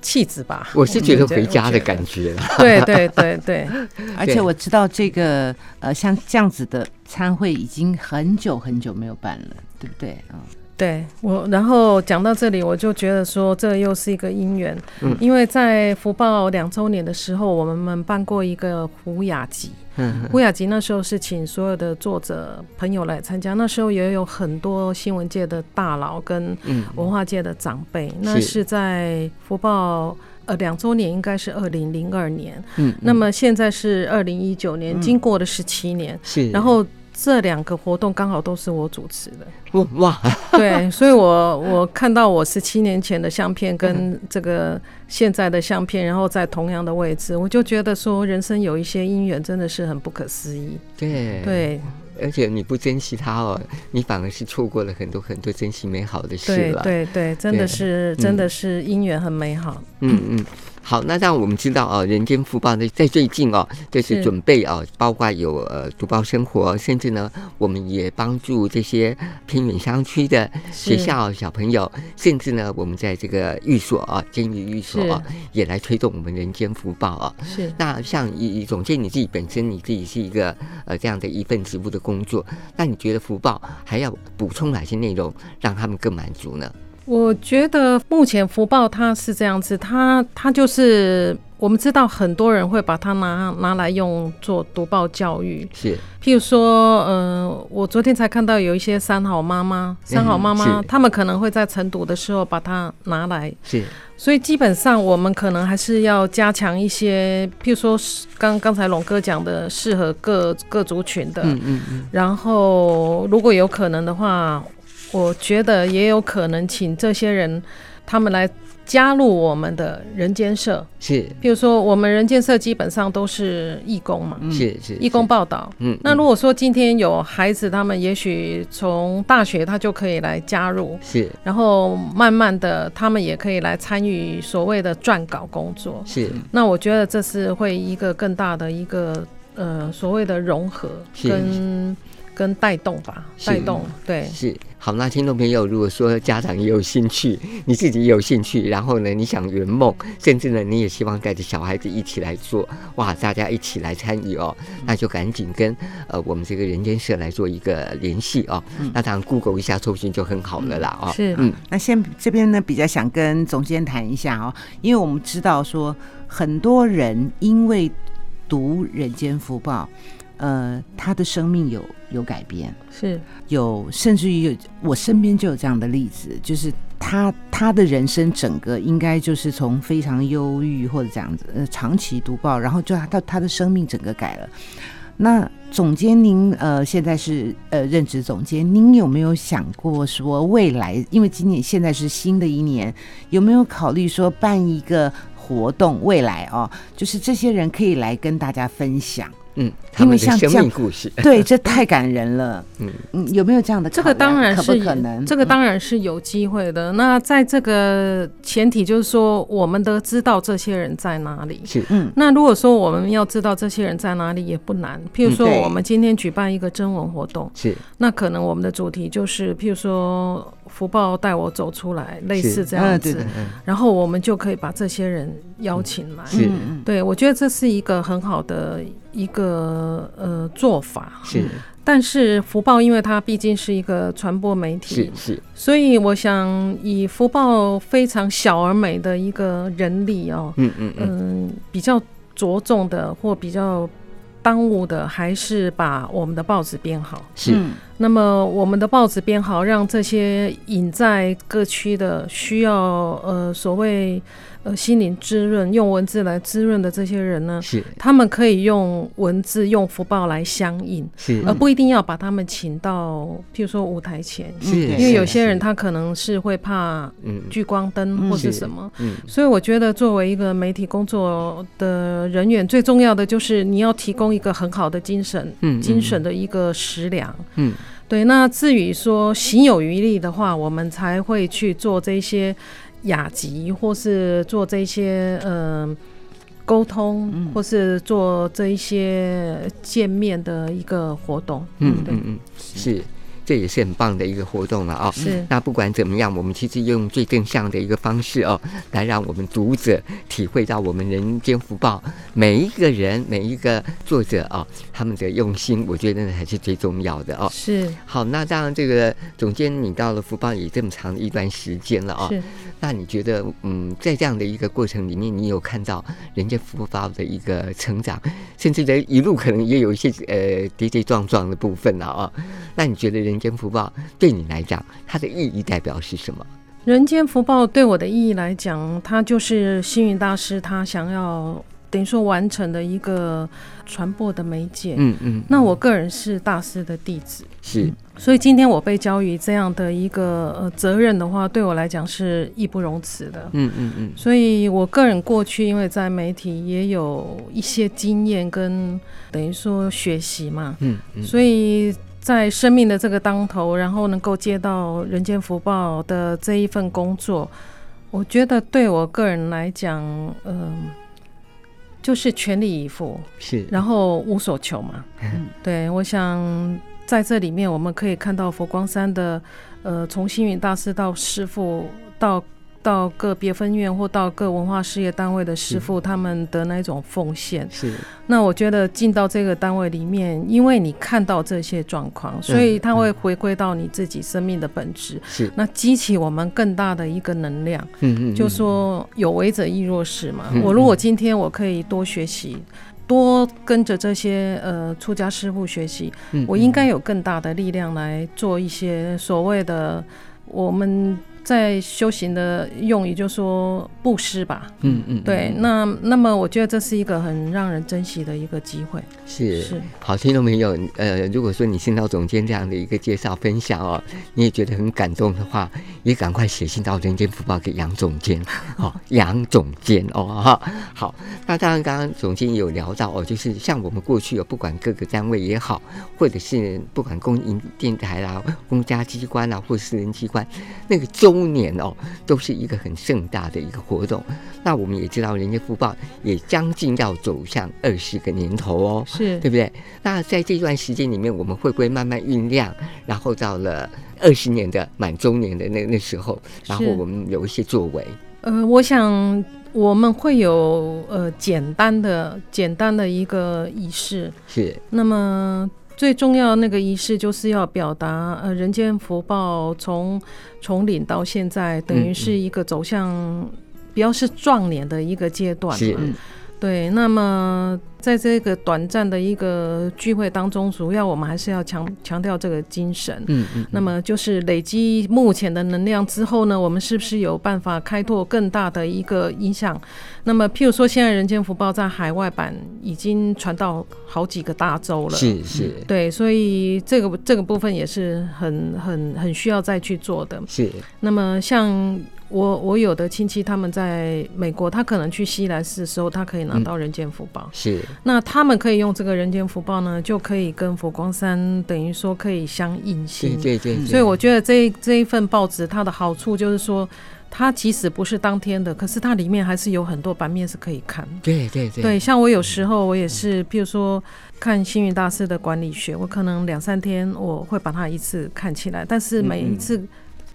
[SPEAKER 5] 气质吧。
[SPEAKER 3] 我是觉得回家的
[SPEAKER 5] 觉
[SPEAKER 3] 感觉 了，
[SPEAKER 5] 得。对对对对，
[SPEAKER 4] 而
[SPEAKER 3] 对
[SPEAKER 4] 且我知道这个呃，像这样子的餐会已经很久很久没有办了，对不对啊？
[SPEAKER 5] 对我，然后讲到这里，我就觉得说，这又是一个因缘，
[SPEAKER 3] 嗯
[SPEAKER 5] 因为在福报两周年的时候，我们办过一个胡雅集，
[SPEAKER 3] 嗯
[SPEAKER 5] 胡雅集那时候是请所有的作者朋友来参加，那时候也有很多新闻界的大佬跟
[SPEAKER 3] 嗯
[SPEAKER 5] 文化界的长辈，那是在福报呃两周年，应该是二零零二年，
[SPEAKER 3] 嗯，
[SPEAKER 5] 那么现在是二零一九年，经过了十七年，
[SPEAKER 3] 是
[SPEAKER 5] 然后这两个活动刚好都是我主持的。
[SPEAKER 3] 哇哇
[SPEAKER 5] 对，所以我我看到我十七年前的相片跟这个现在的相片，然后在同样的位置，我就觉得说人生有一些姻缘真的是很不可思议。
[SPEAKER 3] 对。
[SPEAKER 5] 对
[SPEAKER 3] 而且你不珍惜它哦，你反而是错过了很多很多珍惜美好的事
[SPEAKER 5] 对
[SPEAKER 3] 了。
[SPEAKER 5] 对对，真
[SPEAKER 3] 对嗯
[SPEAKER 5] 的是真的是姻缘很美好。
[SPEAKER 3] 嗯嗯，好，那让我们知道啊，人间福报呢，在最近哦，就是
[SPEAKER 5] 是
[SPEAKER 3] 准备啊，包括有呃读报生活，甚至呢，我们也帮助这些偏远乡区的学
[SPEAKER 5] 是
[SPEAKER 3] 校小朋友，甚至呢，我们在这个寓所啊，监狱寓所啊，也来推动我们人间福报啊。
[SPEAKER 5] 是
[SPEAKER 3] 那像以总监你自己本身，你自己是一个呃这样的一份职务的工作，那你觉得福报还要补充哪些内容，让他们更满足呢？
[SPEAKER 5] 我觉得目前福报它是这样子，它它就是我们知道很多人会把它拿拿来用做读报教育，
[SPEAKER 3] 是
[SPEAKER 5] 譬如说，呃，我昨天才看到有一些三好妈妈，三好妈妈、
[SPEAKER 3] 嗯是
[SPEAKER 5] 他们可能会在晨读的时候把它拿来，
[SPEAKER 3] 是
[SPEAKER 5] 所以基本上我们可能还是要加强一些，譬如说是刚刚才龙哥讲的，适合各各族群的，
[SPEAKER 3] 嗯嗯嗯
[SPEAKER 5] 然后如果有可能的话，我觉得也有可能请这些人他们来加入我们的人间社。
[SPEAKER 3] 是
[SPEAKER 5] 譬如说，我们人间社基本上都是义工嘛，
[SPEAKER 3] 是是
[SPEAKER 5] 嗯义工报道。
[SPEAKER 3] 嗯，
[SPEAKER 5] 那
[SPEAKER 3] 嗯
[SPEAKER 5] 如果说今天有孩子，他们也许从大学他就可以来加入，
[SPEAKER 3] 是
[SPEAKER 5] 然后慢慢的他们也可以来参与所谓的撰稿工作。
[SPEAKER 3] 是
[SPEAKER 5] 那我觉得这是会一个更大的一个呃所谓的融合
[SPEAKER 3] 是
[SPEAKER 5] 跟跟带动吧，
[SPEAKER 3] 是
[SPEAKER 5] 带动对
[SPEAKER 3] 是好，那听众朋友，如果说家长也有兴趣，你自己也有兴趣，然后呢，你想圆梦，甚至呢，你也希望带着小孩子一起来做，哇，大家一起来参与哦，
[SPEAKER 5] 嗯
[SPEAKER 3] 那就赶紧跟呃我们这个人间社来做一个联系哦。
[SPEAKER 5] 嗯
[SPEAKER 3] 那当然，Google 一下搜寻就很好了啦哦。
[SPEAKER 5] 是
[SPEAKER 3] 嗯，
[SPEAKER 4] 那现这边呢，比较想跟总监谈一下哦，因为我们知道说，很多人因为读《人间福报》，呃，他的生命有有改变，
[SPEAKER 5] 是
[SPEAKER 4] 有甚至于有我身边就有这样的例子，就是他他的人生整个应该就是从非常忧郁或者这样子，呃，长期读报，然后就他他他的生命整个改了。那总监您呃现在是呃任职总监，您有没有想过说未来，因为今年现在是新的一年，有没有考虑说办一个活动？未来哦，就是这些人可以来跟大家分享。
[SPEAKER 3] 嗯，他们的
[SPEAKER 4] 像
[SPEAKER 3] 生
[SPEAKER 4] 这样
[SPEAKER 3] 命故 事，
[SPEAKER 4] 对，这太感人了。
[SPEAKER 3] 嗯
[SPEAKER 4] 嗯，有没有这样的考
[SPEAKER 5] 这
[SPEAKER 4] 量？
[SPEAKER 5] 个当然
[SPEAKER 4] 可
[SPEAKER 5] 是
[SPEAKER 4] 不可能？
[SPEAKER 5] 这个当然是有机会的。那在这个前提就是说，我们都知道这些人在哪里。
[SPEAKER 3] 是
[SPEAKER 4] 嗯
[SPEAKER 5] 那如果说我们要知道这些人在哪里也不难，譬如
[SPEAKER 4] 嗯
[SPEAKER 5] 说
[SPEAKER 4] 对
[SPEAKER 5] 我们今天举办一个征文活动，
[SPEAKER 3] 是
[SPEAKER 5] 那可能我们的主题就是譬如说福报带我走出来，类
[SPEAKER 3] 是
[SPEAKER 5] 似这
[SPEAKER 4] 嗯
[SPEAKER 5] 样
[SPEAKER 4] 对
[SPEAKER 5] 子。
[SPEAKER 4] 对
[SPEAKER 5] 然后我们就可以把这些人邀请来。
[SPEAKER 3] 是
[SPEAKER 4] 嗯
[SPEAKER 5] 对，我觉得这是一个很好的一个呃做法。
[SPEAKER 3] 是
[SPEAKER 5] 但是福报，因为它毕竟是一个传播媒体
[SPEAKER 3] 是，是
[SPEAKER 5] 所以我想以福报非常小而美的一个人力哦，
[SPEAKER 3] 嗯嗯嗯
[SPEAKER 5] 嗯，比较着重的或比较当务的，还是把我们的报纸编好。
[SPEAKER 3] 是
[SPEAKER 4] 嗯
[SPEAKER 5] 那么我们的报纸编好，让这些隐在各区的需要呃所谓呃心灵滋润，用文字来滋润的这些人呢，
[SPEAKER 3] 是
[SPEAKER 5] 他们可以用文字、用福报来相应，
[SPEAKER 3] 是
[SPEAKER 5] 而不一定要把他们请到譬如说舞台前，
[SPEAKER 3] 是，
[SPEAKER 4] 因
[SPEAKER 5] 因为有
[SPEAKER 3] 是
[SPEAKER 5] 些人他可能是会怕
[SPEAKER 3] 嗯
[SPEAKER 5] 聚光灯
[SPEAKER 4] 嗯
[SPEAKER 5] 或是
[SPEAKER 3] 是
[SPEAKER 5] 什么。
[SPEAKER 3] 嗯
[SPEAKER 5] 所以我觉得，作为一个媒体工作的人员，最重要的就是你要提供一个很好的精神、
[SPEAKER 3] 嗯
[SPEAKER 5] 精神的一个食粮。
[SPEAKER 3] 嗯
[SPEAKER 5] 对，那至于说行有余力的话，我们才会去做这些雅集，或是做这些呃沟通，
[SPEAKER 3] 嗯
[SPEAKER 5] 或是做这一些见面的一个活动。
[SPEAKER 3] 嗯
[SPEAKER 5] 对
[SPEAKER 3] 嗯，嗯，是，这也是很棒的一个活动了啊、
[SPEAKER 5] 是
[SPEAKER 3] 那不管怎么样，我们其实用最正向的一个方式哦，来让我们读者体会到我们人间福报每一个人、每一个作者哦，他们的用心，我觉得那才是最重要的哦。
[SPEAKER 5] 是
[SPEAKER 3] 好，那当然，这个总监你到了福报也这么长的一段时间了哦。
[SPEAKER 5] 是。
[SPEAKER 3] 那你觉得，嗯，在这样的一个过程里面，你有看到人家福报的一个成长，甚至在一路可能也有一些呃跌跌撞撞的部分了啊、哦。那你觉得人间福报对你来讲，它的意义代表是什么？
[SPEAKER 5] 人间福报对我的意义来讲，它就是星云大师他想要等于说完成的一个传播的媒介。
[SPEAKER 3] 嗯嗯，
[SPEAKER 5] 那我个人是大师的弟子，
[SPEAKER 3] 是
[SPEAKER 5] 所以今天我被交予这样的一个呃责任的话，对我来讲是义不容辞的。
[SPEAKER 3] 嗯嗯嗯
[SPEAKER 5] 所以我个人过去因为在媒体也有一些经验跟等于说学习嘛，
[SPEAKER 3] 嗯嗯
[SPEAKER 5] 所以在生命的这个当头，然后能够接到人间福报的这一份工作，我觉得对我个人来讲，嗯、就是全力以赴，
[SPEAKER 3] 是，
[SPEAKER 5] 然后无所求嘛。
[SPEAKER 3] 嗯
[SPEAKER 5] 对，我想在这里面我们可以看到佛光山的，呃，从星云大师到师傅到。到各别分院或到各文化事业单位的师傅，他们的那种奉献，
[SPEAKER 3] 是，
[SPEAKER 5] 那我觉得进到这个单位里面，因为你看到这些状
[SPEAKER 3] 嗯
[SPEAKER 5] 况，所以它会回归到你自己生命的本质，
[SPEAKER 3] 是，
[SPEAKER 5] 那激起我们更大的一个能量。
[SPEAKER 3] 嗯嗯，
[SPEAKER 5] 就
[SPEAKER 3] 嗯
[SPEAKER 5] 说有为者亦若是嘛
[SPEAKER 3] 嗯。
[SPEAKER 5] 我如果今天我可以多学习，多跟着这些呃出家师傅学习，
[SPEAKER 3] 嗯
[SPEAKER 5] 我
[SPEAKER 3] 嗯
[SPEAKER 5] 应该有更大的力量来做一些所谓的我们在修行的用语，就说布施吧。
[SPEAKER 3] 嗯嗯，
[SPEAKER 5] 对，
[SPEAKER 3] 嗯
[SPEAKER 5] 那那么我觉得这是一个很让人珍惜的一个机会。
[SPEAKER 3] 是
[SPEAKER 5] 是
[SPEAKER 3] 好，听众朋友，呃，如果说你听到总监这样的一个介绍分享哦，你也觉得很感动的话，也赶快写信到《人间福报》给杨总监，哦，杨总监哦，哈，好。那当然，刚刚总监也有聊到哦，就是像我们过去有哦不管各个单位也好，或者是不管公营电台啦、公家机关啦，或私人机关，那个周年哦，都是一个很盛大的一个活动。那我们也知道，《人间福报》也将近要走向二十个年头哦，
[SPEAKER 5] 是
[SPEAKER 3] 对不对？那在这段时间里面，我们会不会慢慢酝酿，然后到了二十年的满周年的那那时候，然后我们有一些作为，
[SPEAKER 5] 呃，我想我们会有呃简单的简单的一个仪式，
[SPEAKER 3] 是
[SPEAKER 5] 那么最重要那个仪式就是要表达呃人间福报从从领到现在，等于是一个走向比较是壮年的一个阶段嘛。
[SPEAKER 3] 是
[SPEAKER 4] 嗯
[SPEAKER 5] 对，那么在这个短暂的一个聚会当中，主要我们还是要强强调这个精神。
[SPEAKER 3] 嗯嗯，
[SPEAKER 5] 那么就是累积目前的能量之后呢，我们是不是有办法开拓更大的一个影响？那么，譬如说，现在《人间福报》在海外版已经传到好几个大洲了。
[SPEAKER 3] 是是
[SPEAKER 5] 对，所以这个这个部分也是很很很需要再去做的。
[SPEAKER 3] 是
[SPEAKER 5] 那么像我我有的亲戚他们在美国，他可能去西来寺的时候，他可以
[SPEAKER 3] 嗯
[SPEAKER 5] 拿到人间福报。
[SPEAKER 3] 是
[SPEAKER 5] 那他们可以用这个人间福报呢，就可以跟佛光山等于说可以相应性。
[SPEAKER 3] 对对对，
[SPEAKER 5] 所以我觉得这这一份报纸它的好处就是说，它即使不是当天的，可是它里面还是有很多版面是可以看。
[SPEAKER 3] 对对对。
[SPEAKER 5] 对，像我有时候我也是，譬如说看星云大师的管理学，我可能两三天我会把它一次看起来，但是每一次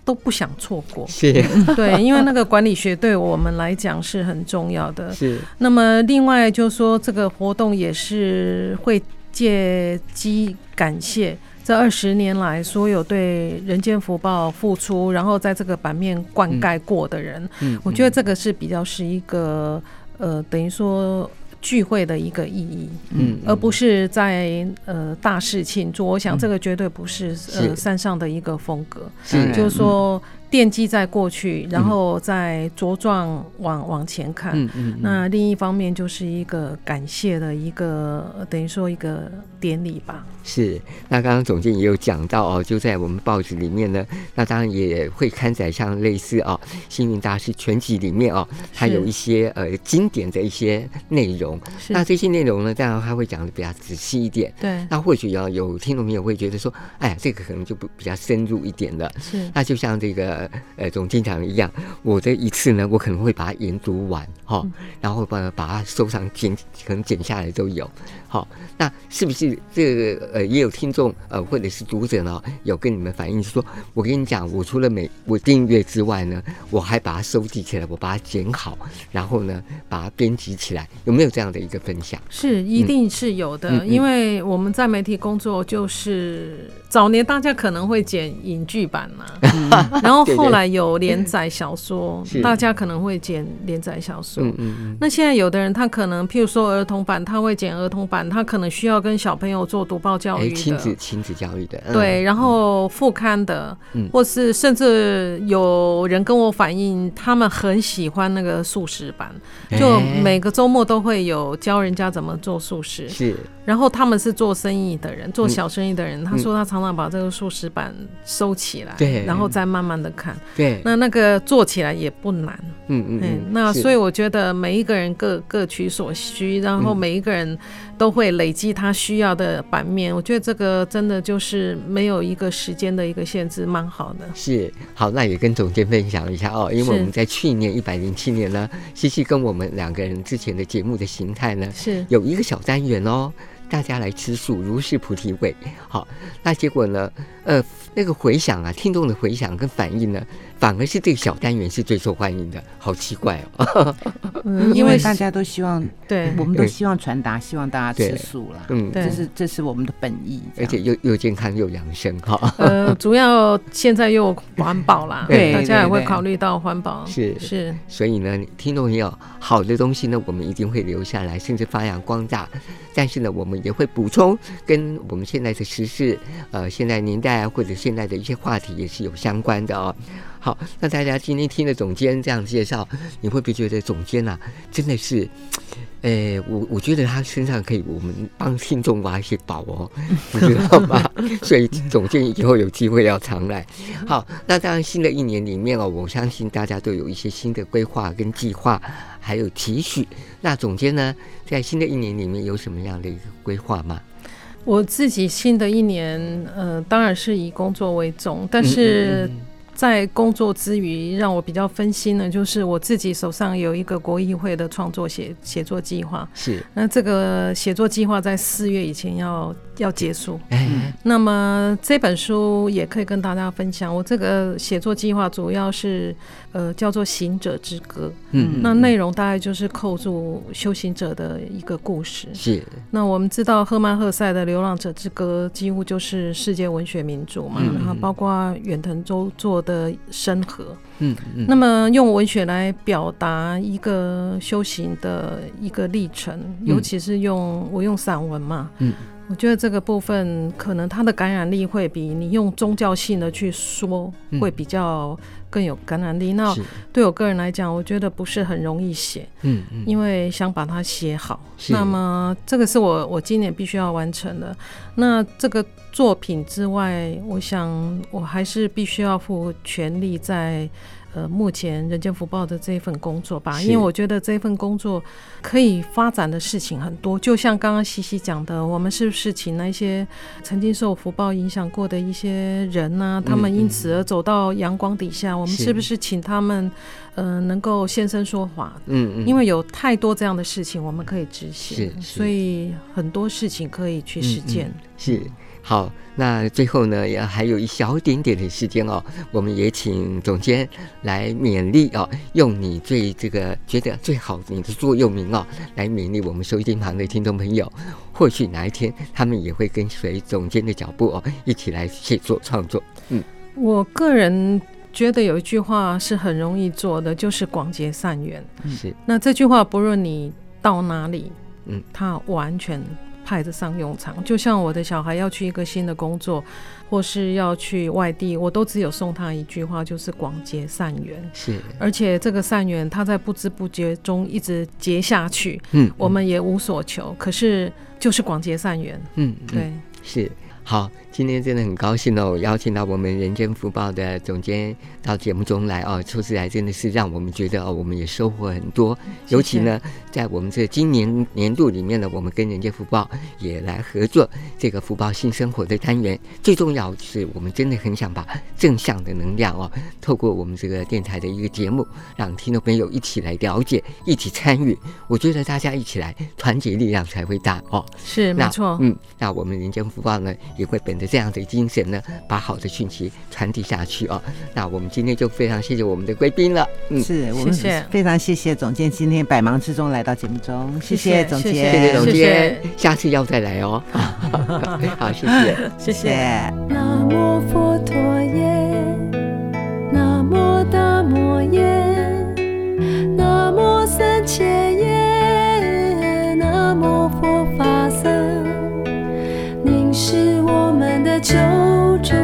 [SPEAKER 5] 都不想错过
[SPEAKER 3] 是
[SPEAKER 5] 对，因为那个管理学对我们来讲是很重要的。
[SPEAKER 3] 是
[SPEAKER 5] 那么另外就是说，这个活动也是会借机感谢这二十年来所有对人间福报付出，然后在这个版面灌溉过的人，
[SPEAKER 3] 嗯
[SPEAKER 5] 我觉得这个是比较是一个呃，等于说。聚会的一个意义，
[SPEAKER 3] 嗯
[SPEAKER 5] 而不是在呃大事庆祝。我想这个绝对不是
[SPEAKER 3] 是
[SPEAKER 5] 呃山上的一个风格。
[SPEAKER 3] 嗯是嗯
[SPEAKER 5] 就是说奠基在过去，然后再茁壮往往前看。
[SPEAKER 3] 嗯嗯
[SPEAKER 5] 那另一方面就是一个感谢的一个，呃等于说一个典礼吧。
[SPEAKER 3] 是，那刚刚总监也有讲到哦，就在我们报纸里面呢，那当然也会刊载像类似哦《星云大师全集》里面哦，它
[SPEAKER 5] 是
[SPEAKER 3] 有一些呃经典的一些内容。
[SPEAKER 5] 是
[SPEAKER 3] 那这些内容呢，当然他会讲的比较仔细一点。
[SPEAKER 5] 对，
[SPEAKER 3] 那或许要有听众朋友会觉得说，哎呀，这个可能就不比较深入一点了。
[SPEAKER 5] 是
[SPEAKER 3] 那就像这个呃总经常一样，我这一次呢，我可能会把它研读完哈、哦
[SPEAKER 5] 嗯
[SPEAKER 3] 然后把把它收藏剪，可能剪下来都有。好、那是不是这个呃也有听众呃或者是读者呢，有跟你们反映说，我跟你讲，我除了每我订阅之外呢，我还把它收集起来，我把它剪好，然后呢把它编辑起来，有没有这样的一个分享？
[SPEAKER 5] 是，一定是有的，
[SPEAKER 3] 嗯嗯
[SPEAKER 5] 因为我们在媒体工作，就是早年大家可能会剪影剧版 嘛、嗯然后
[SPEAKER 3] 对对
[SPEAKER 5] 后来有连载小说
[SPEAKER 3] 是，
[SPEAKER 5] 大家可能会剪连载小说。
[SPEAKER 3] 嗯嗯嗯，
[SPEAKER 5] 那现在有的人他可能，譬如说儿童版，他会剪儿童版，他可能需要跟小朋友做读报教
[SPEAKER 3] 哎，
[SPEAKER 5] 育
[SPEAKER 3] 亲
[SPEAKER 5] 的，
[SPEAKER 3] 子亲子教育的，嗯
[SPEAKER 5] 对，然后副刊的，
[SPEAKER 3] 嗯
[SPEAKER 5] 或是甚至有人跟我反映，他们很喜欢那个素食版，就
[SPEAKER 3] 哎
[SPEAKER 5] 每个周末都会有教人家怎么做素食。
[SPEAKER 3] 是嗯
[SPEAKER 5] 然后他们是做生意的人，做小生意的人，他说他常常把这个素食版收起来，
[SPEAKER 3] 对
[SPEAKER 5] 然后再慢慢的看。
[SPEAKER 3] 对，
[SPEAKER 5] 那那个做起来也不难，
[SPEAKER 3] 嗯嗯
[SPEAKER 5] 嗯
[SPEAKER 3] 嗯，，
[SPEAKER 5] 那
[SPEAKER 3] 是
[SPEAKER 5] 所以我觉得每一个人各各取所需，然后
[SPEAKER 3] 嗯
[SPEAKER 5] 每一个人都会累积他需要的版面。我觉得这个真的就是没有一个时间的一个限制，蛮好的。
[SPEAKER 3] 是好，那也跟总监分享一下哦，因为我
[SPEAKER 5] 是
[SPEAKER 3] 们在去年一百零七年呢，西西跟我们两个人之前的节目的形态呢，
[SPEAKER 5] 是
[SPEAKER 3] 有一个小单元哦，大家来吃素，如是菩提味。好，那结果呢，呃，那个回响啊，听众的回响跟反应呢，反而是这个小单元是最受欢迎的，好奇怪哦。
[SPEAKER 5] 嗯，因
[SPEAKER 4] 因为
[SPEAKER 5] 为
[SPEAKER 4] 大家都希望，
[SPEAKER 5] 对
[SPEAKER 4] 我们都
[SPEAKER 3] 对
[SPEAKER 4] 希望传达，希望大家
[SPEAKER 3] 对
[SPEAKER 4] 吃素啦。
[SPEAKER 3] 嗯，
[SPEAKER 5] 对
[SPEAKER 4] 这是这是我们的本意。这
[SPEAKER 3] 而
[SPEAKER 4] 样
[SPEAKER 3] 且又又健康又养生哈、
[SPEAKER 5] 呃，主要现在又环保 啦，
[SPEAKER 4] 对
[SPEAKER 5] 大家也
[SPEAKER 4] 对
[SPEAKER 5] 会
[SPEAKER 4] 对
[SPEAKER 5] 考虑到环保，
[SPEAKER 3] 是
[SPEAKER 5] 是，
[SPEAKER 3] 所以呢，听众朋友，好的东西呢，我们一定会留下来，甚至发扬光大。但是呢，我们也会补充跟我们现在的时事、呃，现在年代啊，或者现在的一些话题也是有相关的哦。好，那大家今天听了总监这样介绍，你会不会觉得总监啊，真的是？哎，我我觉得他身上可以，我们帮听众挖一些宝哦，你知道吗？ 所以总监以后有机会要常来。好，那当然，新的一年里面哦，我相信大家都有一些新的规划跟计划，还有期许。那总监呢，在新的一年里面有什么样的一个规划吗？
[SPEAKER 5] 我自己新的一年，呃，当然是以工作为重，但
[SPEAKER 3] 嗯
[SPEAKER 5] 是
[SPEAKER 3] 嗯嗯
[SPEAKER 5] 在工作之余，让我比较分心的，就是我自己手上有一个国议会的创作写写作计划。
[SPEAKER 3] 是，
[SPEAKER 5] 那这个写作计划在四月以前要要结束。
[SPEAKER 3] 哎，
[SPEAKER 5] 呃那么这本书也可以跟大家分享，我这个写作计划主要是呃叫做《行者之歌》，
[SPEAKER 3] 嗯，
[SPEAKER 5] 那内容大概就是扣住修行者的一个故事。
[SPEAKER 3] 是，
[SPEAKER 5] 那我们知道赫曼·赫塞的《流浪者之歌》几乎就是世界文学名著嘛，
[SPEAKER 3] 嗯
[SPEAKER 5] 然后包括远藤周作的《深河》
[SPEAKER 3] 嗯嗯，
[SPEAKER 5] 那么用文学来表达一个修行的一个历程，尤其是用我用散文嘛，
[SPEAKER 3] 嗯，
[SPEAKER 5] 我觉得这个部分可能它的感染力会比你用宗教性的去说
[SPEAKER 3] 嗯
[SPEAKER 5] 会比较更有感染力。那
[SPEAKER 3] 是，
[SPEAKER 5] 对我个人来讲，我觉得不是很容易写，
[SPEAKER 3] 嗯嗯，
[SPEAKER 5] 因为想把它写好。
[SPEAKER 3] 是
[SPEAKER 5] 那么这个是我我今年必须要完成的。那这个作品之外，我想我还是必须要付全力在。呃，目前《人间福报》的这一份工作吧，
[SPEAKER 3] 是
[SPEAKER 5] 因为我觉得这份工作可以发展的事情很多，就像刚刚西西讲的，我们是不是请那些曾经受福报影响过的一些人呢、他们因此而走到阳光底下，我们
[SPEAKER 3] 嗯是
[SPEAKER 5] 是不是请他们，呃，能够现身说法，
[SPEAKER 3] 嗯嗯，
[SPEAKER 5] 因为有太多这样的事情我们可以执
[SPEAKER 3] 是
[SPEAKER 5] 行，
[SPEAKER 3] 是嗯
[SPEAKER 5] 所以很多事情可以去实践。
[SPEAKER 3] 是好，那最后呢，也还有一小点点的时间哦，我们也请总监来勉励哦，用你最这个觉得最好你的座右铭哦，来勉励我们收音旁的听众朋友。或许哪一天他们也会跟随总监的脚步哦，一起来写作创作。嗯
[SPEAKER 5] 我个人觉得有一句话是很容易做的，就是广结善缘。
[SPEAKER 3] 嗯是，
[SPEAKER 5] 那这句话不论你到哪里，
[SPEAKER 3] 嗯，
[SPEAKER 5] 它完全派得上用场。就像我的小孩要去一个新的工作，或是要去外地，我都只有送他一句话，就是广结善缘。
[SPEAKER 3] 是，
[SPEAKER 5] 而且这个善缘，他在不知不觉中一直结下去，
[SPEAKER 3] 嗯，
[SPEAKER 5] 我们也无所求，可是就是广结善缘。
[SPEAKER 3] 嗯，嗯
[SPEAKER 5] 对，
[SPEAKER 3] 是好，今天真的很高兴哦，邀请到我们人间福报的总监到节目中来哦，说实在真的是让我们觉得哦，我们也收获很多，
[SPEAKER 5] 谢
[SPEAKER 3] 尤其呢，在我们这今年年度里面呢，我们跟人间福报也来合作这个福报新生活的单元，最重要是我们真的很想把正向的能量哦，透过我们这个电台的一个节目，让听众朋友一起来了解，一起参与，我觉得大家一起来团结力量才会大哦。
[SPEAKER 5] 是
[SPEAKER 3] 那
[SPEAKER 5] 没错。
[SPEAKER 3] 嗯，那我们人间福报啊呢，也会本着这样的精神呢，把好的讯息传递下去哦。那我们今天就非常谢谢我们的贵宾了，嗯，
[SPEAKER 4] 是我们
[SPEAKER 5] 谢谢
[SPEAKER 4] 非常谢谢总监今天百忙之中来到节目中，谢
[SPEAKER 5] 谢谢
[SPEAKER 4] 总
[SPEAKER 5] 谢
[SPEAKER 4] 监，
[SPEAKER 5] 谢
[SPEAKER 3] 谢谢总
[SPEAKER 5] 谢
[SPEAKER 3] 监，下次要再来 哦。 好，谢谢。
[SPEAKER 5] 谢
[SPEAKER 4] 谢谢。
[SPEAKER 6] 南无佛陀耶，南无达摩耶，南无三千耶，南无佛法僧。您是我们的救主，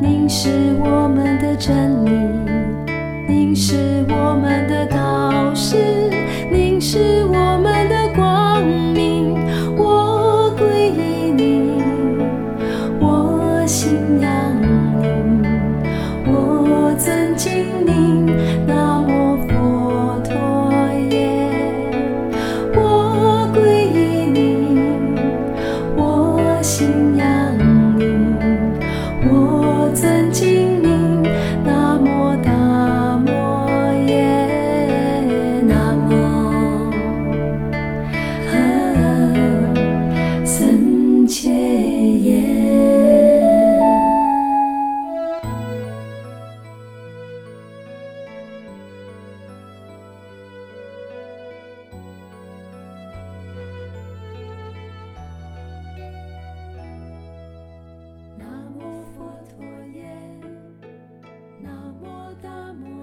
[SPEAKER 6] 您是我们的真理，您是我们的导师，您是我们的光明。我皈依你。我信仰你。达摩